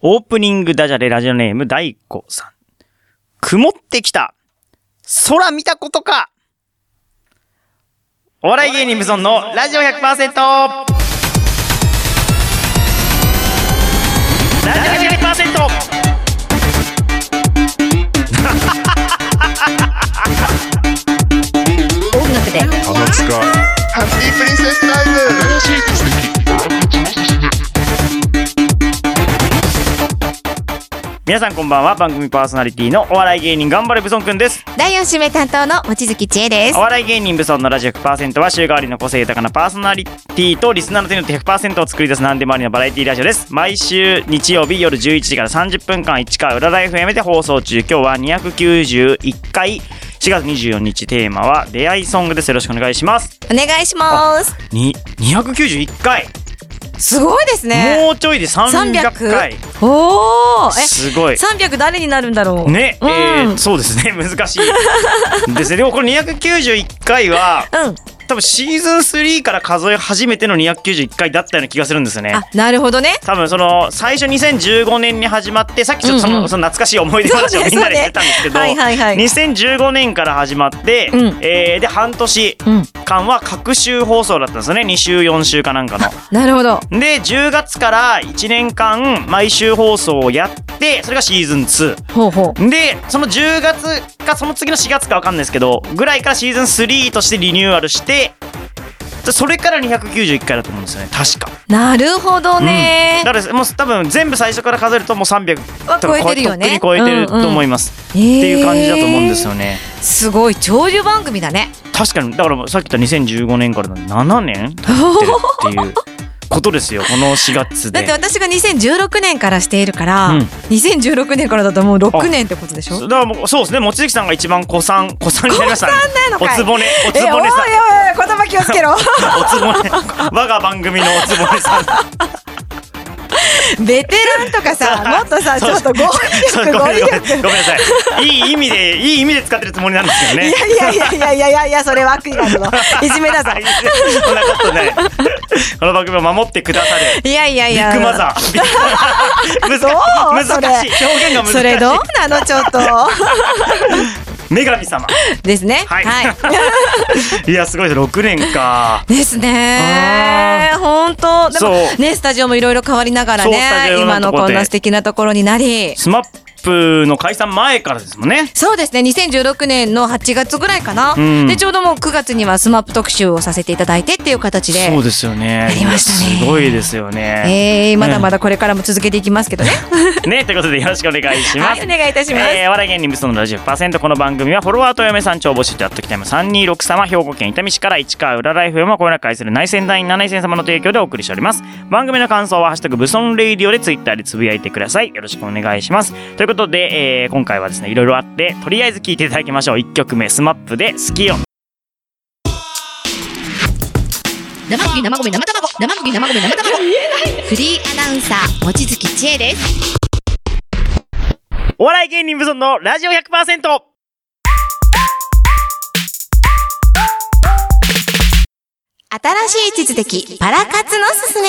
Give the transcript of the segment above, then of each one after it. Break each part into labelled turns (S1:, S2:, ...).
S1: オープニングダジャレラジオネーム大子さん。曇ってきた。空見たことか。お笑い芸人無尊のラジオ100%ラジオ100%
S2: 音楽で
S3: 鼻つか
S4: ハッピープリンセスタイム
S1: 皆さんこんばんは。番組パーソナリティのお笑い芸人頑張れブソンくんです。
S2: 第4週目担当の望月千恵です
S1: お笑い芸人武装のラジオ100%は週替わりの個性豊かなパーソナリティとリスナーの手によって100%を作り出す何でもありのバラエティラジオです毎週日曜日夜11時から30分間1回裏ライフ FM で放送中今日は291回4月24日テーマは出会いソングですよろしくお願いします
S2: お願いします
S1: に291回、
S2: すごいですね
S1: もうちょいで300回
S2: おおえ
S1: すごい
S2: 300誰になるんだろう
S1: ね、
S2: うん、
S1: えーそうですね 難しいですねでもこれ291回は
S2: うん
S1: 多分シーズン3から数え始めての291回だったような気がするんですよね
S2: あ。なるほどね
S1: 多分その最初2015年に始まってさっきちょっとその,、
S2: うんうん
S1: その懐かしい思い出話をみんなでしてたんですけど、
S2: はいはいはい
S1: 2015年から始まって、
S2: うん
S1: えーで半年
S2: うん
S1: 間は各週放送だったんですよね2週4週かなんかの。
S2: なるほど
S1: で10月から1年間毎週放送をやってそれがシーズン2。
S2: ほうほう
S1: でその10月かその次の4月かわかんないですけどぐらいからシーズン3としてリニューアルしてそれから291回だと思うんですよね確か、
S2: なるほどね
S1: うん、だからもう多分全部最初から数えるともう300
S2: は
S1: とか
S2: 超えてるよ
S1: と
S2: ね
S1: っくに超えてると思います、っ
S2: って
S1: ていう感じだと思うんですよね、
S2: すごい潮流番組だね
S1: 確かにだからさっき言った2015年から7年経ってるっていうことですよこの4月
S2: だ
S1: で
S2: って私が2016年からしているから、
S1: うん
S2: 2016年からだともう6年ってことでしょ
S1: そうだからもうそうですね望月さんが一番子さん子さんになりましたね
S2: なのかい
S1: おつぼねおつ
S2: えおい
S1: ぼ
S2: おいおい
S1: ねさん
S2: 言葉気をつけ ろ
S1: おつぼね、我が番組のおつぼねさん。
S2: ベテランとかさもっとさち
S1: そう
S2: ょっと語彙
S1: そう
S2: 力
S1: ご
S2: 語
S1: めん
S2: 彙
S1: ごめんごめ
S2: 力
S1: んなさい。いい意味で、いい意味で使ってるつもりなんですよね。
S2: いやいやいやいやいやいやそれは悪意があるのいじめだぞ
S1: あいえ そんなことない。この番組を守ってくだされ。
S2: いやいやい
S1: ビ
S2: や
S1: ッグマザ ー。ビッグマザー難し
S2: どう
S1: い。難しい。表現が
S2: それど
S1: 難
S2: う
S1: し
S2: なのちょっと
S1: い。女神様。
S2: ですね
S1: はい。 い、や、すごいです。六年か。
S2: ですね
S1: あ
S2: 本当でも
S1: そう
S2: ねスタジオもいろいろ変わりながら
S1: そうスタジ
S2: ね
S1: オ
S2: 今のこんな素敵なところになり
S1: スマップの解散前からですもんね。
S2: そうですね2016年の8月ぐらいかな、
S1: うん
S2: でちょうどもう9月にはスマップ特集をさせていただいてっていう形で
S1: そうですよね。
S2: ありましたね
S1: すごいですよね。
S2: えー、まだまだこれからも続けていきますけどね。
S1: ね、ということでよろしくお願いします。
S2: はい、お願いいたします。
S1: えー、お笑い芸人ブスのラジオ100%この番組はフォロワーとお嫁さん超募集とやっときたいも326様兵庫県伊丹市から市川裏ライフもこよなく愛する内戦団員7戦様の提供でお送りしております番組の感想は「ハッシュタグブソンレイディオ」でツイッターでつぶやいてくださいよろしくお願いしますということで、えー、今回はですねいろいろあってとりあえず聞いていただきましょう1曲目 SMAP で「好きよ」
S5: 生麦生米生卵生麦生米生卵フリーアナウンサー望月千恵です
S1: お笑い芸人無尊のラジオ 100%!
S2: 新しい地図的パラ活のすすめ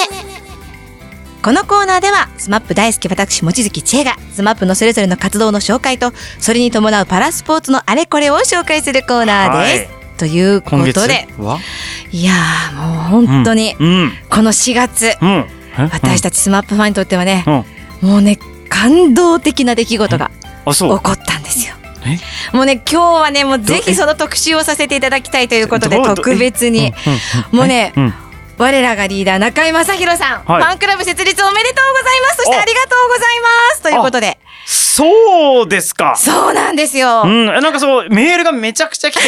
S2: このコーナーではスマップ大好き私望月千恵がスマップのそれぞれの活動の紹介とそれに伴うパラスポーツのあれこれを紹介するコーナーです。というこ
S1: 今月
S2: とで
S1: はい
S2: やーもう本当に、
S1: うん
S2: この4月
S1: うん
S2: 私
S1: たち
S2: たちスマップファンにとってはね、
S1: うん
S2: もうね感動的な出来事が
S1: あそう
S2: 起こったんですよ
S1: え。
S2: もうね今日はねもうぜひその特集をさせていただきたいということで
S1: どうどう
S2: 特別
S1: うん
S2: に
S1: ん
S2: もうね
S1: うん
S2: 我らがリーダー中居正広さん、
S1: はい
S2: ファンクラブ設立おめでとうございますそして
S1: お
S2: ありがとうございますということで
S1: そうですか
S2: そうなんですよ、
S1: うん、なんかそう、メールがめちゃくちゃ来て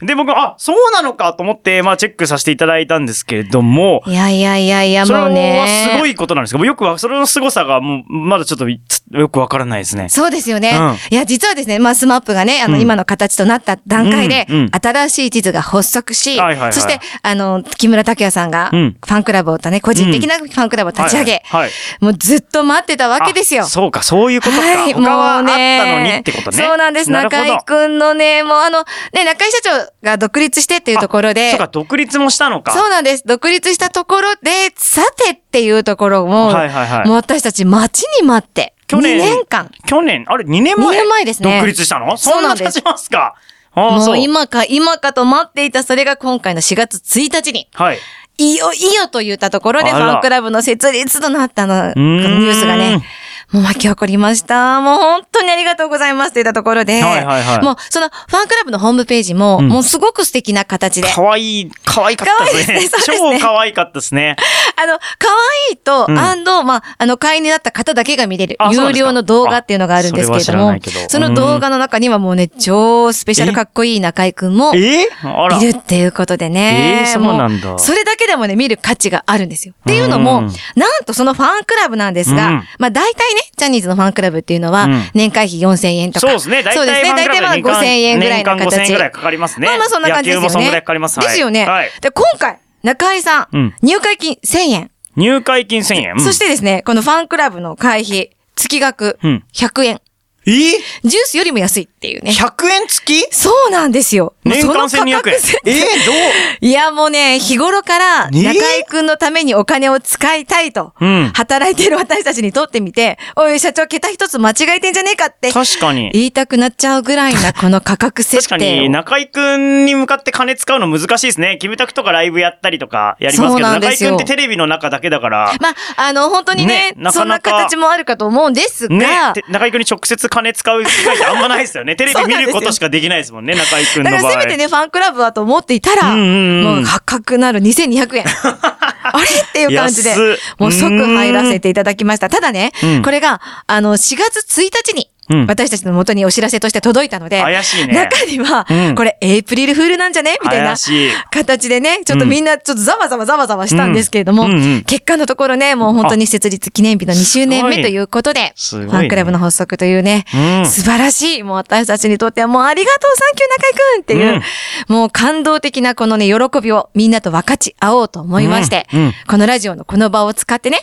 S1: て、で、僕、あ、そうなのかと思って、まあ、チェックさせていただいたんですけれども、
S2: いやいやいやいや
S1: それ
S2: もう
S1: は
S2: ね
S1: すごいことなんですけど、よくは、それの凄さが、もう、まだちょっとつよくわからないですね。
S2: そうですよね。
S1: うん
S2: いや、実はですね、まあ、スマップがね、あの、
S1: うん
S2: 今の形となった段階で、
S1: うんうん
S2: 新しい地図が発足し、
S1: はいはいはい
S2: そして、あの、木村拓哉さんが、
S1: う
S2: フ
S1: ん
S2: ァンクラブをたね、個人的なファンクラブを立ち上げ、
S1: はいはいはい
S2: もうずっと待ってたわけですよ
S1: あ。そうか、そういうことか。
S2: はい、
S1: 他はあ
S2: も
S1: っ
S2: うね
S1: たのにってことね。
S2: そうなんです。
S1: なるほど
S2: 中井くんのね、もうあの、ね、中井社長が独立してっていうところ
S1: あ
S2: で
S1: そう、か、独立もしたのか。
S2: そうなんです。独立したところで、さてっていうところも、
S1: はいはいはい
S2: もう私たち待ちに待って、
S1: 去年
S2: 2年間。
S1: 去年、あれ、2年前
S2: 二年前ですね
S1: 独立したの
S2: そうなんです
S1: そんな経ちますか。ああ、
S2: も
S1: そうう。
S2: 今か今かと待っていたそれが今回の4月1日に、
S1: はい。
S2: いよいよと言ったところで
S1: あ
S2: フ
S1: ら
S2: ァンクラブの設立となったの、
S1: ー
S2: この
S1: ん
S2: ニュースがね、もう巻き起こりました。もう本当にありがとうございますと言ったところで、
S1: はいはいはい
S2: もうそのファンクラブのホームページも、
S1: うん
S2: もうすごく素敵な形で、
S1: 可愛い、可愛かったです
S2: 可
S1: ね。
S2: 愛いですねそうですね
S1: 超可愛かったですね。
S2: あの、可愛いと、
S1: うん
S2: アンド、まあ、あの、会員になった方だけが見れる
S1: あ、そうなん
S2: 有
S1: ですか
S2: 料の動画っていうのがあるんですけれど
S1: あそれは
S2: も、
S1: 知らないけど
S2: その動画の中にはもうね、超スペシャルかっこいい中井くんも、
S1: えあら。
S2: いるっていうことでね。
S1: えーそうなんだ
S2: もうそれだけでもね、見る価値があるんですよ。っていうの
S1: う
S2: も、
S1: ん
S2: なんとそのファンクラブなんですが、
S1: うん
S2: まあ大体ね、ジャニーズのファンクラブっていうのは
S1: うん、
S2: 年会費4000円とか。
S1: そうですね。大
S2: そうです
S1: 体フ
S2: ね。
S1: ァン
S2: 大
S1: クラブ
S2: 体
S1: で
S2: まあ
S1: 年間
S2: 5000円ぐらいの
S1: 年間5000円
S2: 形。
S1: ぐらいかかりますね。
S2: まあまあそんな感じですよね。
S1: 野球もそんぐらいかかります。はい
S2: ですよね。
S1: はい。
S2: で、今回、中井さん、
S1: うん
S2: 入会金1000円、
S1: 入会金1000円。
S2: そしてですね、このファンクラブの会費、月額
S1: うん
S2: 100円。
S1: うん、え
S2: ジュースよりも安いっていうね。
S1: ?100 円付き
S2: そうなんですよ。もう
S1: 年
S2: そ
S1: 間
S2: の
S1: 1200円。え
S2: 価格設定
S1: ーどう
S2: いや、もうね、日頃から、
S1: ね
S2: 中井くんのためにお金を使いたいと
S1: うん、
S2: 働いてる私たちにとってみて、おい、社長、桁一つ間違えてんじゃねえかって、
S1: 確かに。
S2: 言いたくなっちゃうぐらいな、この価格設
S1: 確
S2: 定。
S1: かに、中居くんに向かって金使うの難しいですね。キムタクとかライブやったりとかやります
S2: そう
S1: けど、
S2: なん
S1: 中
S2: で
S1: 居
S2: す
S1: く
S2: よ
S1: んってテレビの中だけだから、
S2: まあ、あの、本当に
S1: ね
S2: ね
S1: なかなか
S2: そんな形もあるかと思うんですが、
S1: ね、て中居くんに直接金使う機会ってあんまないです よね。テレビ見ることしかできないですもんね、中居くん
S2: だ
S1: の
S2: か
S1: 場合。
S2: らせめてね、ファンクラブはと思っていたら、
S1: うんうんうん
S2: もう破格なる2200円。 あれっていう感じで
S1: 安っ、
S2: もう即入らせていただきました。ただね、
S1: うん
S2: これが、あの、4月1日に
S1: うん、
S2: 私たちの元にお知らせとして届いたので、
S1: 怪しいね
S2: 中には、
S1: うん
S2: これ、エイプリルフールなんじゃねみたいな
S1: 怪しい
S2: 形でね、ちょっとみんな、ちょっとざわざわざわざわしたんですけれども、
S1: うんうんうん
S2: 結果のところね、もう本当に設立記念日の2周年
S1: すご
S2: 目
S1: い
S2: ということで、
S1: すごいね
S2: ファンクラブの発足というね、
S1: うん
S2: 素晴らしい、もう私たちにとってはもうありがとう、サンキュー中井くんっていう、もう感動的なこのね、喜びをみんなと分かち合おうと思いまして、
S1: うんうん
S2: このラジオのこの場を使ってね、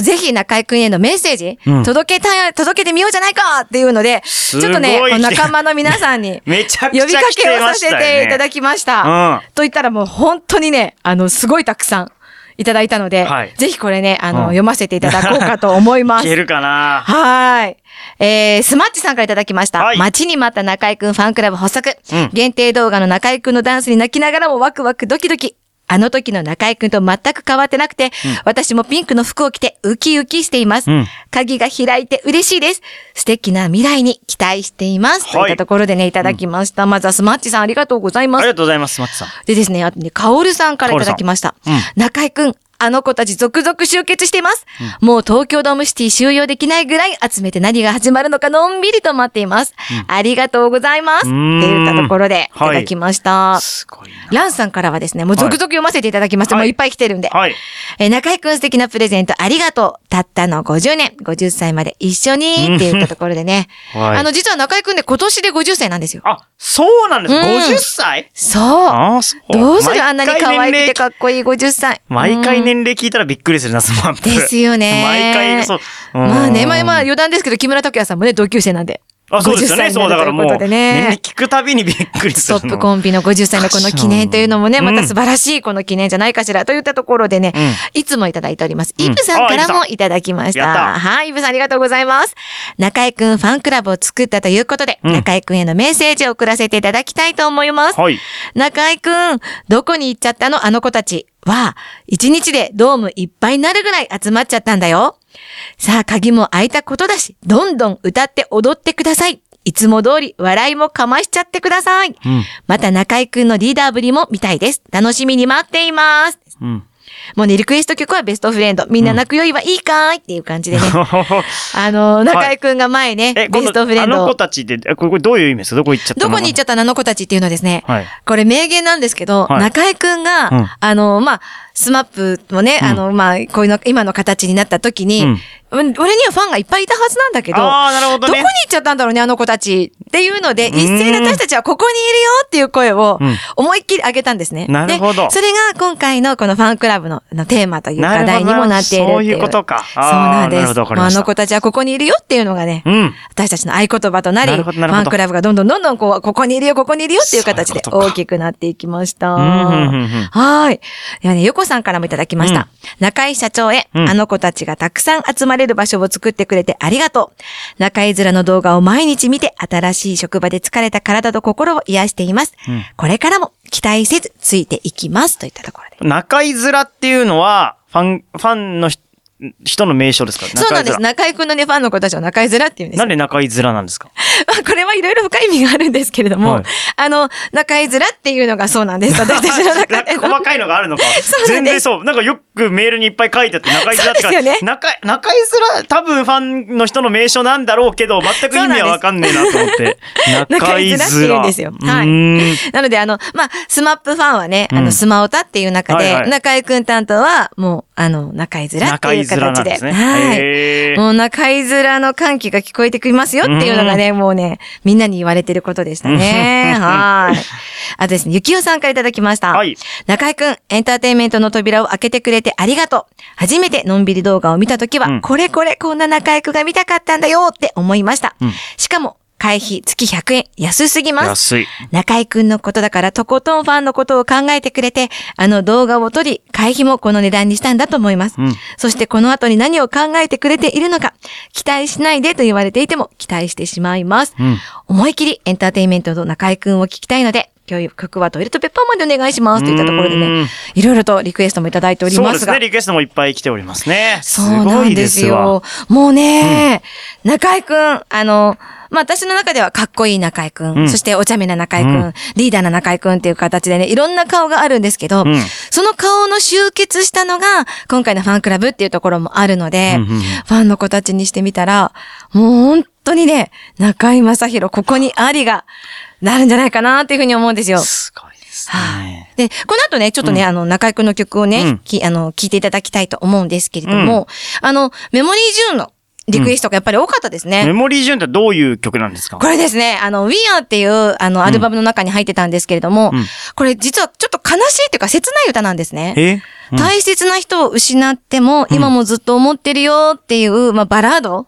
S2: ぜひ中井くんへのメッセージ、
S1: うん
S2: 届けたい、届けてみようじゃないかっていうので、ち
S1: ごい、
S2: ょっとね、こう仲間の皆さんに
S1: めちゃくちゃ
S2: 呼びか
S1: 来
S2: け
S1: て
S2: をさ
S1: まし
S2: せ
S1: たよ
S2: て
S1: ね
S2: いただきました。
S1: う
S2: と言ったらもう本当にね、あの、すごいたくさんいただいたので、
S1: はい
S2: ぜひこれね、あの、
S1: うん
S2: 読ませていただこうかと思いま
S1: い
S2: す
S1: け。るかな
S2: はい。えー、スマッチさんからいただきました。
S1: はい
S2: 待ちに待った中井くんファンクラブ発足。
S1: うん
S2: 限定動画の中井くんのダンスに泣きながらもワクワクドキドキ。あの時の中井くんと全く変わってなくて、私もピンクの服を着てウキウキしています。
S1: うん
S2: 鍵が開いて嬉しいです。素敵な未来に期待しています。
S1: はい
S2: といったところでね、いただきました。まずはスマッチさんありがとうござい
S1: あ
S2: ま
S1: り
S2: す。
S1: がとうございます、マッチさん。
S2: でですね、あとね、カオルさんからいただきました。
S1: カオル
S2: 中井くん、あの子たち続々集結しています、もう東京ドームシティ収容できないぐらい集めて何が始まるのかのんびりと待っています。ありがとうございます。
S1: う
S2: っ
S1: ー
S2: て
S1: ん
S2: 言ったところで、いただきました。
S1: すごいな。
S2: ランさんからはですね、もう続々読ませていただきました。
S1: はい
S2: もういっぱい来てるんで。
S1: はい。。
S2: えー中井くん素敵なプレゼントありがとう。たったの50年、50歳まで一緒にって言ったところでね
S1: はい
S2: あの、実は中井くんね、今年で50歳なんですよ。
S1: あ、そうなんです。
S2: うん
S1: 50歳
S2: そう。
S1: ああ、そう。
S2: どうするあんなに可愛
S1: 毎回年
S2: く
S1: 齢
S2: てかっこいい50歳。
S1: 毎
S2: う
S1: 回
S2: ん
S1: 年齢聞いたらびっくりするな、スマップ。
S2: ですよね
S1: 毎回、そう。うん
S2: まあね、まあまあ余談ですけど、木村拓哉さんもね、同級生なんで。
S1: あ、そうですよね。
S2: 50歳
S1: そう、
S2: にな
S1: だ
S2: る
S1: からもう、
S2: ということでね
S1: 年齢聞くたびにびっくり
S2: ス
S1: する
S2: ト
S1: の。
S2: ップコンビの50歳のこの記念というのもね、
S1: うん
S2: また素晴らしいこの記念じゃないかしらといったところでね、
S1: う
S2: いつもいただいております。
S1: ん
S2: イブさんから
S1: あイブ
S2: も
S1: さん
S2: いただきまし。
S1: やったた
S2: はい、イブさんありがとうございます。中井くんファンクラブを作ったということで、
S1: うん
S2: 中井くんへのメッセージを送らせていただきたいと思います。
S1: はい。
S2: 中井くん、どこに行っちゃったのあの子たちは、一日でドームいっぱいになるぐらい集まっちゃったんだよ。さあ、鍵も開いたことだし、どんどん歌って踊ってください。いつも通り笑いもかましちゃってください。
S1: ん
S2: また中井くんのリーダーぶりも見たいです。楽しみに待っています。
S1: うん。
S2: もう ね、リクエスト曲はベストフレンド。みんな泣くよりはいいかーいっていう感 じでね。あの、中井くんが前ね、
S1: え、
S2: ベストフレ
S1: あ
S2: ンド
S1: の
S2: を
S1: 子たちって、えこれこれどういう意味ですかどこ行っちゃったの
S2: どこに行っちゃったのあの子たちっていうのはですね、
S1: はい
S2: これ名言なんですけど、
S1: はい
S2: 中井くんが、
S1: うん
S2: あの、まあ、スマップもね、あの、まあ、こういうの、今の形になった時に、
S1: うん
S2: 俺にはファンがいっぱいいたはずなんだけど、
S1: ああ、なるほど
S2: どこ
S1: ね
S2: に行。っちゃったんだろうね、あの子たち。っていうので、
S1: ん
S2: 一斉に私たちはここにいるよっていう声を
S1: うん
S2: 思いっきり上げたんですね。
S1: なるほど
S2: でそれが今回のこのファンクラブのあのテーマという
S1: なる
S2: か、
S1: ほど
S2: 題にもなっているっていう。
S1: そういうことか
S2: そう
S1: あー
S2: なんで
S1: なるほ
S2: す。
S1: どわかり
S2: もうあ
S1: ました
S2: の子たちはここにいるよっていうのがね、
S1: うん。
S2: 私たちの合言葉となり、
S1: なる
S2: フ
S1: ほどなるほど
S2: ァンクラブがどんどんどんどんこう、ここにいるよ、ここにいるよっていう形で
S1: そういうことか
S2: 大きくなっていきました。
S1: うんうんうんうん
S2: はーい。ではね、横さんからもいただきました。
S1: うん
S2: 中井社長へ、
S1: うん
S2: あの子たちがたくさん集まれる場所を作ってくれてありがとう。中井面の動画を毎日見て、新しい職場で疲れた体と心を癒しています。
S1: うん
S2: これからも期待せずついていきます。といったところで。
S1: 中居面っていうのは、ファン、ファンのひ人の名称ですか
S2: そうなんです。
S1: 中居面
S2: 中井くんのね、ファンの子たちは中井面っていうんですよ
S1: なんで中居面なんですか
S2: まあ、これはいろいろ深い意味があるんですけれども、
S1: はい
S2: あの、中居面っていうのがそうな んです。私たちの中での。
S1: 細かいのがあるのか。
S2: そうなん
S1: 全
S2: です
S1: 然そう。なんかよくメールにいっぱい書いてあって、中居面って書いてあ
S2: そう
S1: る
S2: ですよね
S1: 中居、中居面、多分ファンの人の名称なんだろうけど、全く意味はわかんねえなと思って。
S2: 中居面って言うんですよ
S1: 中居面
S2: はいう
S1: ーん
S2: なので、あの、まあ、スマップファンはね、あ
S1: う
S2: の、
S1: ん
S2: スマオタっていう中で、
S1: はいはい
S2: 中居くん担当は、もう、あの、中居面って
S1: 中
S2: いう
S1: 居面な
S2: 形
S1: ん
S2: で。
S1: ですね。
S2: はい。
S1: へー
S2: もう中居面の歓喜が聞こえてきますよっていうのがね、もうね、みんなに言われてることでしたね。
S1: うん
S2: はい。あとですね、ゆきおさんからいただきました。
S1: はい。
S2: 中井くん、エンターテインメントの扉を開けてくれてありがとう。初めてのんびり動画を見たときは、
S1: うん
S2: これこれこんな中井くんが見たかったんだよって思いました。
S1: うん
S2: しかも、会費月100円、安すぎます。
S1: 安い。
S2: 中井くんのことだからとことんファンのことを考えてくれて、あの動画を撮り、会費もこの値段にしたんだと思います。
S1: うん
S2: そしてこの後に何を考えてくれているのか、期待しないでと言われていても期待してしまいます。
S1: うん
S2: 思い切りエンターテインメントの中井くんを聞きたいので、今日曲はトイレットペッパーまでお願いしますといったところで
S1: う
S2: ね
S1: ん、
S2: いろいろとリクエストもいただいており
S1: そう
S2: ま
S1: ですす
S2: が
S1: ね。。リクエストもいっぱい来ておりますね。
S2: そう
S1: す
S2: な
S1: ご
S2: ん
S1: い
S2: です
S1: わ
S2: よ。。もうね、中井くん、あの、まあ、私の中ではかっこいい中井くん、
S1: うん
S2: そしてお茶目な中井くん、
S1: うん
S2: リーダーな中井くんっていう形でね、いろんな顔があるんですけど、
S1: うん
S2: その顔の集結したのが、今回のファンクラブっていうところもあるので、
S1: うんうんうん
S2: ファンの子たちにしてみたら、もう本当にね、中井正宏、ここにありが、なるんじゃないかなっていうふうに思うんですよ。
S1: すごいです
S2: はい
S1: ね。。
S2: で、この後ね、ちょっとね、あの、中井くんの曲をね、
S1: うん
S2: き、あの、聴いていただきたいと思うんですけれども、あの、メモリージューンのリクエストがやっぱり多かったですね。
S1: メモリージューンってどういう曲なんですか
S2: これですね、あの、We Are っていう、あの、アルバムの中に入ってたんですけれども、
S1: うん
S2: これ実はちょっと悲しいっていうか切ない歌なんですね。
S1: えうん
S2: 大切な人を失っても、今もずっと思ってるよっていう、まあ、バラード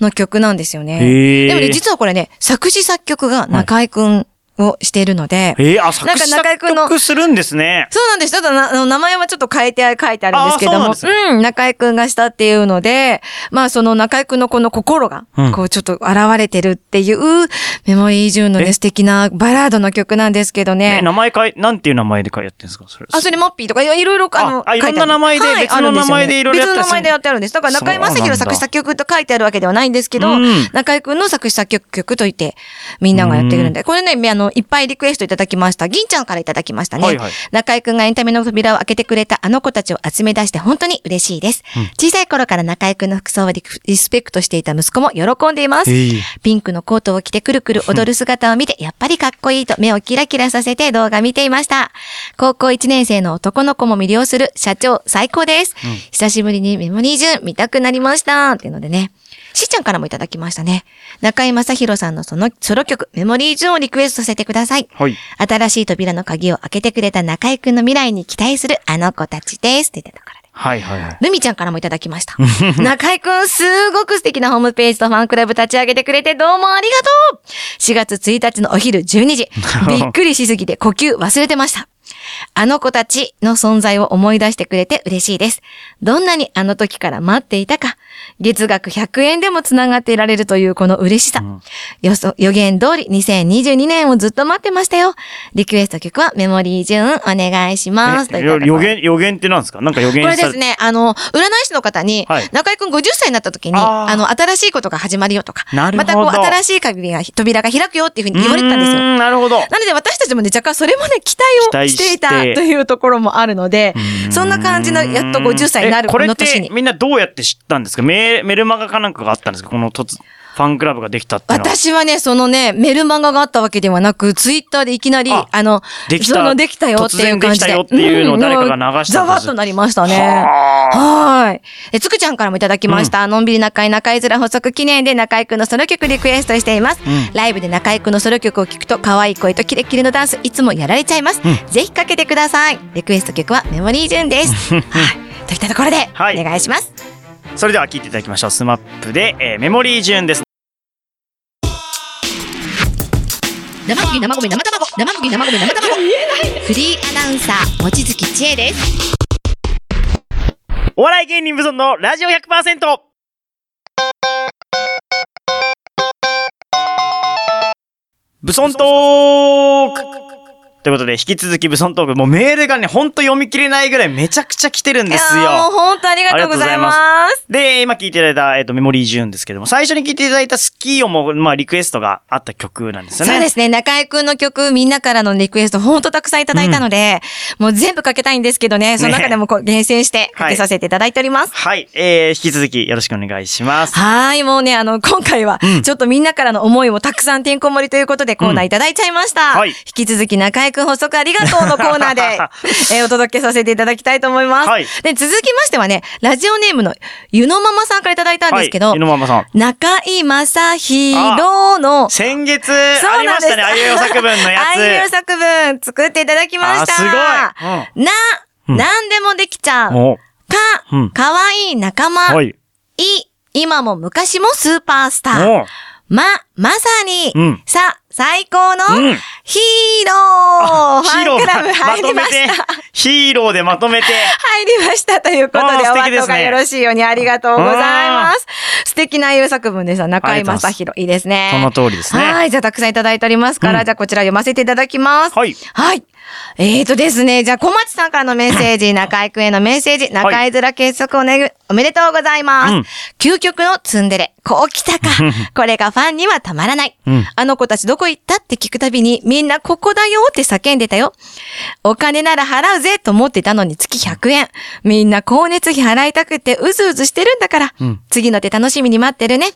S2: の曲なんですよ
S1: へ
S2: ね。
S1: ー
S2: でもね、実はこれね、作詞作曲が中井くんをしているので、
S1: えー、あ、作詞
S2: なんか中居
S1: 作
S2: 君の
S1: 曲するんですね。
S2: そうなんです。ただな、あの、名前はちょっと変えてあ、書いてあるんですけど
S1: あ
S2: も、
S1: ーそうな
S2: うん中井くんがしたっていうので、まあ、その中井くんのこの心が
S1: う、ん
S2: こう、ちょっと現れてるっていう、メモリージューンのね、
S1: え
S2: 素敵なバラードの曲なんですけど
S1: え
S2: ね。
S1: 名前変え、なんていう名前で書いやってるんですかそれ。
S2: あ、それ、モッピーとか、いやいろいろ、あの、
S1: ああ
S2: 書て
S1: いろんな名前で
S2: はい
S1: 別の名前でいろいろやって
S2: あ
S1: る
S2: るんですよね別の名前でやってあるんです。だから、中井正
S1: そうなん
S2: 宏
S1: だ
S2: 作詞作曲と書いてあるわけではないんですけど、
S1: うん
S2: 中井くんの作詞作曲曲といって、みんながやってくるんで、これね、あの、いっぱいリクエストいただきました。銀ちゃんからいただきましたね。
S1: はいはい
S2: 中井くんがエンタメの扉を開けてくれたあの子たちを集め出して本当に嬉しいです。小さい頃から中井くんの服装をリリスペクトしていた息子も喜んでいます。
S1: ええ
S2: ピンクのコートを着てくるくる踊る姿を見て、やっぱりかっこいいと目をキラキラさせて動画見ていました。高校1年生の男の子も魅了する社長最高です。久しぶりにメモリージュン見たくなりました。っていうのでね。しーちゃんからもいただきましたね。中井正宏さんのそのソロ曲、メモリージュンをリクエストさせてください。
S1: はい。
S2: 新しい扉の鍵を開けてくれた中井くんの未来に期待するあの子たちです。って言ったところで。
S1: はいはいはい。
S2: ルミちゃんからもいただき ました。中井くん、すごく素敵なホームページとファンクラブ立ち上げてくれてどうもありがとう !4 月1日のお昼12時、 びっくりしすぎて呼吸忘れてました。あの子たちの存在を思い出してくれて嬉しいです。どんなにあの時から待っていたか、月額100円でもつながっていられるというこの嬉しさ。予想予言通り2022年をずっと待ってましたよ。リクエスト曲はメモリージューンお願いします。と
S1: え
S2: いった
S1: よ
S2: ところ
S1: 予言、予言ってなんですかなんか予言
S2: これ
S1: した
S2: ですね、あの、占い師の方に、
S1: はい
S2: 中井くん50歳になった時に、
S1: あー
S2: あの、新しいことが始まるよとか、
S1: なる
S2: ま
S1: ほ
S2: た
S1: ど
S2: こう、新しい鍵が、扉が開くよっていうふうに言われてたんです
S1: うー
S2: よ。
S1: なるほど。
S2: なので私たちもね、若干それもね、期
S1: 期
S2: 待を
S1: 待し
S2: し
S1: てて
S2: いたというところもあるので、そんな感じの、やっと50歳にな
S1: え
S2: る
S1: こ
S2: こ
S1: れ
S2: の
S1: っ
S2: 年
S1: て
S2: に。
S1: みんなどうやって知ったんですかメメルマガかなんかがあったんですかこの突、ファンクラブができたっていうのは。
S2: 私はね、そのね、メルマガがあったわけではなく、ツイッターでいきなり、
S1: あ
S2: あの、
S1: できた
S2: そのできたよっていう感じ
S1: 突然でき
S2: で。
S1: たよっていうのを誰かが流したん
S2: ざ
S1: です
S2: わっとなりましたね。はーい。え、つくちゃんからもいただきました。のんびり中井中井面補足記念で中井くんのソロ曲リクエストしています。
S1: ん
S2: ライブで中井くんのソロ曲を聴くと、可愛い声とキレッキレのダンス、いつもやられちゃいます。ぜひかけてください。リクエスト曲はメモリージュン です。はい。といったところで、
S1: はい
S2: お願いします。
S1: それでは聴いていただきましょう。スマップで、えーメモリージューンです。
S5: 生麦生米生卵生麦生米生卵フリーアナウンサー望月千恵です
S1: お笑い芸人ブソンのラジオ 100%! ブソントークということで、引き続きブソントーク、もうメールがね、ほんと読み切れないぐらいめちゃくちゃ来てるんです
S2: いやーもう
S1: よ。
S2: 本当ありがとうございます。
S1: で、今聞いていただいた、えっ、と、メモリージューンですけども、最初に聞いていただいたスキーをも、まあ、リクエストがあった曲なんですよね。
S2: そうですね。中井くんの曲、みんなからのリクエスト、ほんとたくさんいただいたので、もう全部かけたいんですけどね、その中でもこう厳選してかけさせていただいております。
S1: はい、えー、引き続きよろしくお願いします。
S2: はーい、もうね、あの、今回は、ちょっとみんなからの思いもたくさんてんこ盛りということでコーナーいただいちゃいました。
S1: はい
S2: 引き続き中井くん補足ありがとうのコ ーナーで、えーお届けさせていただきたいと思います。
S1: はい
S2: で、続きましてはね、ラジオネームのゆのままさんからいただいたんですけど、
S1: はい、井上ママさん。
S2: 中井正宏の
S1: 先月、ありましたね、あいうえお作文のやつ。
S2: あいうえお作文作っていただきました。
S1: あすごい
S2: な、
S1: うん
S2: なんでもできちゃう。
S1: お
S2: か、
S1: うん
S2: かわいい仲間。、
S1: はいい。
S2: 今も昔もスーパースター。
S1: お
S2: ま、まさに、
S1: うん
S2: さ、最高の
S1: うん
S2: ヒーロー、ファンクラブ
S1: ま
S2: 入
S1: と
S2: りま
S1: め
S2: してた。、
S1: ヒーローでまとめて、
S2: 入りましたということ
S1: あー
S2: で、
S1: 素
S2: お
S1: 敵ですね
S2: 後がよろしいようにありがとうございます。素敵な優作文です。中井正宏。いいですね。
S1: その通りですね
S2: はい。じゃあ、たくさんいただいておりますから、
S1: うん
S2: じゃあ、こちら読ませていただきます。
S1: はい
S2: はい。えーとですね、じゃあ、小町さんからのメッセージ、中井くんへのメッセージ、中井面結束お,、ね、おめでとうございます。
S1: うん
S2: 究極のツンデレ。こう来たか。これがファンにはたまらない。
S1: うん
S2: あの子たちどこ行ったって聞くたびに、みんなここだよって叫んでたよ。お金なら払うぜと思ってたのに月100円。みんな光熱費払いたくてうずうずしてるんだから。
S1: ん
S2: 次の手楽しみに待ってるね。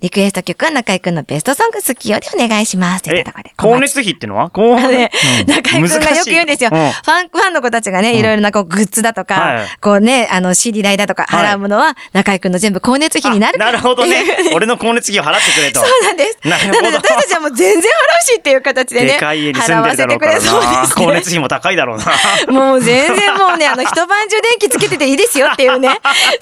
S2: リクエスト曲は中井くんのベストソング好きよでお願いします。とい
S1: え
S2: ったところで、
S1: 光熱費ってのは高
S2: あのね、
S1: うん
S2: 中居くんがよく言うんですよ。フ
S1: 難しい
S2: ァン、ファンの子たちがね、いろいろなこうグッズだと
S1: は
S2: か
S1: い、
S2: こうね、あの CD 代だとか
S1: はい
S2: 払うものは、中居くんの全部光熱費になるから
S1: なるほどね。俺の光熱費を払ってくれと。
S2: そうなんです。
S1: な
S2: な
S1: るほど
S2: ので私たちはもう全然払うしっていう形でね、
S1: でかい家に住んでるだろうからな。
S2: 払わせてく
S1: 光
S2: れそうで
S1: 熱
S2: す、
S1: 費も高いだ ろうな。
S2: ね。もう全然もうね、あの、一晩中電気つけてていいですよっていう ね、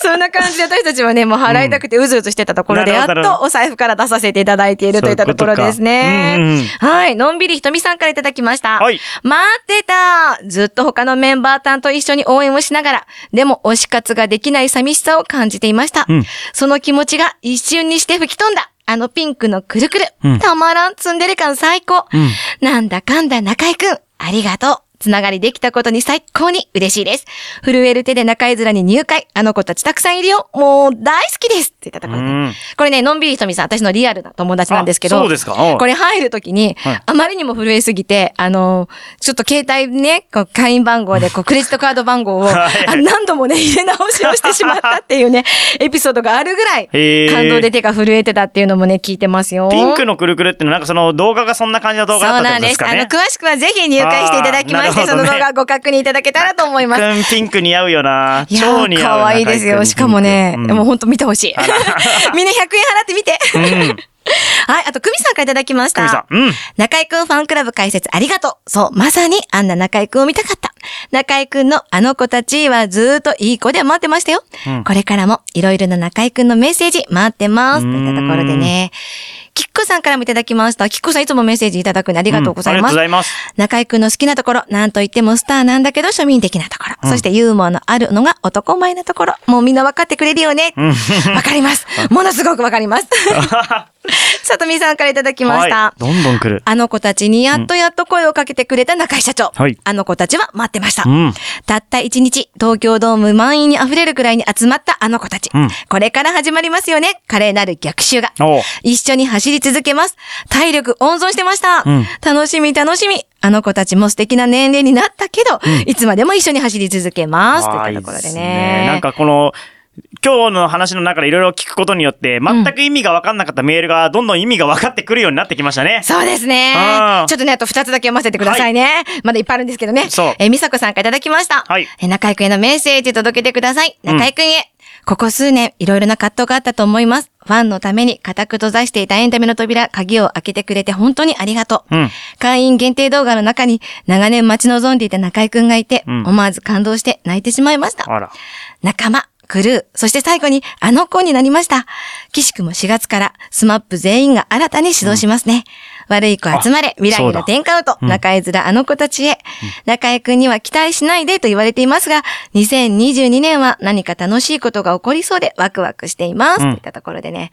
S2: そんな感じで私たちはね、もう払いたくてうずうずしてたところで、
S1: うんな
S2: や
S1: るほどなる
S2: っ
S1: ほ
S2: とお財布から出させていただいているといったところです
S1: そういう
S2: ね
S1: こ。
S2: はい、のんびりひとみさんからいただきました。
S1: はい
S2: 待ってたずっと他のメンバーさんと一緒に応援をしながら、でも推し活ができない寂しさを感じていました。
S1: うん
S2: その気持ちが一瞬にして吹き飛んだあのピンクのくるくる、
S1: うん
S2: たまらんツンデレ感最高、
S1: ん
S2: なんだかんだ中井くん、ありがとうつながりできたことに最高に嬉しいです。震える手で中井面に入会。あの子たちたくさんいるよ。もう大好きですって言ったところで
S1: うん
S2: これね、のんびりひとみさん、私のリアルな友達なんですけど。
S1: あそうですかおう
S2: これ入るときに、
S1: はい
S2: あまりにも震えすぎて、あの、ちょっと携帯ね、こう会員番号で、こう、クレジットカード番号を、
S1: はい
S2: あ何度もね、入れ直しをしてしまったっていうね、エピソードがあるぐらい、
S1: へー
S2: 感動で手が震えてたっていうのもね、聞いてますよ。
S1: ピンクのくるくるってのはなんかその動画がそんな感じの動画だったってことですかね
S2: そうなんです。。あの、詳しくはぜひ入会していただきまして、
S1: あーな
S2: そ
S1: るほど
S2: の
S1: ね
S2: 動画ご確認いただけたらと思います。
S1: くんピンク似合うよな。
S2: いや
S1: 超
S2: ー、
S1: 似合う
S2: 可愛いですよ。しかもね、もう
S1: ほ
S2: ほんと見てほしい。 みんな100円払ってみて。はい、あと、久美さんからいただきました。
S1: 久美さんうん
S2: 中井くんファンクラブ解説ありがとう。そう、まさにあんな中井くんを見たかった。中井くんのあの子たちはずーっといい子で待ってましたよ。
S1: うん
S2: これからもいろいろな中井くんのメッセージ待ってます。
S1: う
S2: と
S1: ーん
S2: いったところでね。きっこさんからもいただきました。きっこさんいつもメッセージいただくんでありがとうござい
S1: あり
S2: ます。
S1: がとうございます。
S2: 中井くんの好きなところ、なんといってもスターなんだけど庶民的なところ。そしてユーモアのあるのが男前なところ。もうみんな分かってくれるよね。わかり ます。ものすごくわかります。さとみさんからいただきました。
S1: はい、どんどん来る。
S2: あの子たちにやっとやっと声をかけてくれた中井社長。
S1: はい
S2: あの子たちは待ってました。
S1: うん
S2: たった一日、東京ドーム満員に溢れるくらいに集まったあの子たち。
S1: うん
S2: これから始まりますよね。華麗なる逆襲が
S1: おう。
S2: 一緒に走り続けます。体力温存してました。
S1: うん
S2: 楽しみ楽しみ。あの子たちも素敵な年齢になったけど、いつまでも一緒に走り続けます。と
S1: わあ
S2: い
S1: い
S2: っ
S1: い
S2: た
S1: で
S2: ところですね。
S1: なんかこの、今日の話の中でいろいろ聞くことによって、全く意味が分かんなかったメールが、どんどん意味が分かってくるようになってきましたね。
S2: そうですね
S1: あー。
S2: ちょっとね、あと2つだけ読ませてくださいね。まだいっぱいあるんですけどね。
S1: そう
S2: えー、美佐子さんからいただきました。
S1: はい
S2: えー中井くんへのメッセージ届けてください。中井くんへ。ここ数年、いろいろな葛藤があったと思います。ファンのために固く閉ざしていたエンタメの扉、鍵を開けてくれて本当にありがとう。
S1: うん
S2: 会員限定動画の中に、長年待ち望んでいた中井くんがいて、
S1: うん
S2: 思わず感動して泣いてしまいました。
S1: あら。
S2: 仲間、クルー、そして最後にあの子になりました。岸くも4月からスマップ全員が新たに指導しますね。悪い子集まれ、未来へ
S1: そう
S2: の
S1: だ
S2: テンカウト、
S1: うん
S2: 中江面あの子たちへ。中江くんには期待しないでと言われていますが、2022年は何か楽しいことが起こりそうでワクワクしています。
S1: うん
S2: といったところでね、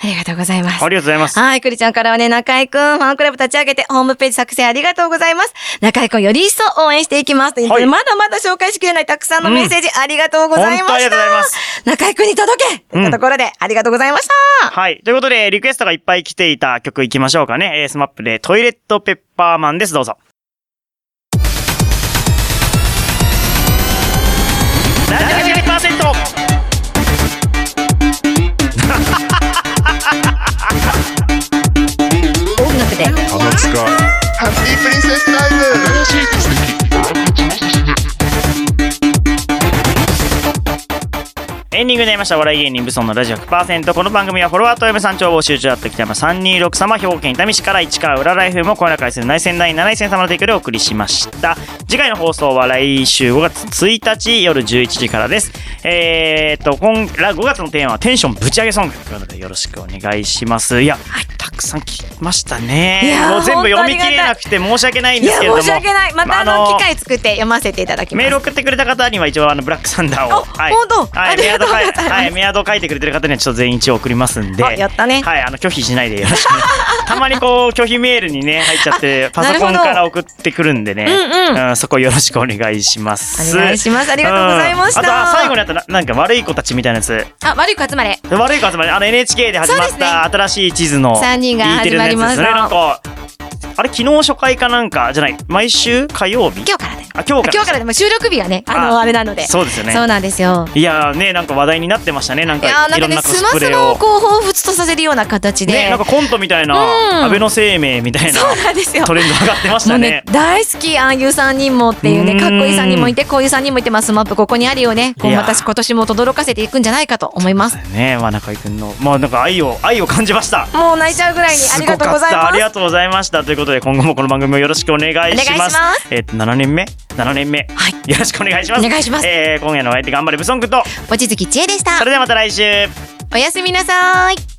S2: ありがとうございます
S1: あ。りがとうございます。
S2: はい、くりちゃんからはね、中井くん、ファンクラブ立ち上げて、ホームページ作成ありがとうございます。中井くん、より一層応援していきます。ということで
S1: はい
S2: まだまだ紹介しきれないたくさんのメッセージ、ありがとうございました。
S1: 本当ありがとうございます
S2: 中井くんに届けといったところで、ありがとうございました。
S1: はい。ということで、リクエストがいっぱい来ていた曲いきましょうかね。えー、スマップでトイレットペッパーマンです。どうぞ。70%!
S2: 音楽で。
S4: Happy Princess Time!
S1: エンディングで言いました。お笑い芸人ブソンのラジオ100%。この番組はフォロワーと嫁さん帳募集中だった北山326様、兵庫県伊丹市から市川裏ライフも声の回数内戦第7戦様の提供でお送りしました。次回の放送は来週5月1日夜11時からです。えー、っと、今、ら5月のテーマはテンションぶち上げソングということでよろしくお願いします。いや、たくさん来ました
S2: い
S1: ね。
S2: やー
S1: もう全部読み切れなくて申し訳ないん
S2: い
S1: で
S2: や、
S1: すけれども。
S2: 申し訳ない。またあ
S1: あ
S2: の、
S1: のー
S2: 機会作って読ませていただきます。
S1: メール送ってくれた方には一応あのブラックサンダーを、
S2: あ本当
S1: は
S2: あ
S1: い、メ
S2: り
S1: ア
S2: が
S1: ド
S2: とう
S1: 書
S2: ござい
S1: い
S2: ます
S1: はい、メアド書いてくれてる方にはちょっと全員一応送りますんで、
S2: あやったね
S1: はい、あの拒否しないでよろしく、ね。たまにこう拒否メールにね入っちゃってパ
S2: な
S1: ソ
S2: る
S1: コ
S2: ほど
S1: ンから送ってくるんでね、
S2: うん
S1: うんそこよろしくお願いします。
S2: お願いしますありがとうございました
S1: んあとは最後にあったななんか悪い子たちみたいなやつ、
S2: あ、悪い子集まれ。
S1: 悪い子集まりあの NHK で始まっ
S2: そうですね
S1: た新しい地図の
S2: 三人が
S1: E テレのやつですね
S2: 始まりま
S1: なん
S2: した
S1: かあれ昨日初回かなんかじゃない毎週火曜日
S2: 今日からね。
S1: あ今日から
S2: 今日からでも収録日がね、あの、
S1: あ
S2: あれなので。
S1: そうですよね
S2: そうなんですよ。
S1: いやーねなんか話題になってましたねなん
S2: いや
S1: か
S2: ーないんか
S1: ろん
S2: ね、
S1: なコ
S2: ス
S1: ス
S2: マ
S1: プ
S2: ス
S1: レ
S2: マを
S1: を。
S2: こう、彷彿とさせるような形で。
S1: ね、なんかコントみたいな、
S2: うん
S1: 安倍の生命みたいな
S2: そうなんですよ
S1: トレンド上がってまし
S2: も
S1: た
S2: うね
S1: ね。
S2: 大好きああいう3人もっていう
S1: うーん
S2: ねかっこいい3人もいてこういう3人もいてますマップここにあるよねこう
S1: いや
S2: 私今年も轟かせていくんじゃないかと思います
S1: ねまあ中居君のまあなんか愛を愛を感じました。
S2: もう泣いちゃうぐらいにありがとうござい
S1: すごかったあ
S2: ま
S1: り
S2: す
S1: がとうございましたということで今後もこの番組をよろしくお願いします。
S2: お願いします
S1: えっ、と7年目7年目、
S2: はい
S1: よろしくお願いします。
S2: お願いします
S1: えー今夜のお相手頑張れブソン君と
S2: 望月千恵でし
S1: そ
S2: た
S1: れではまた来週。
S2: おやすみなさーい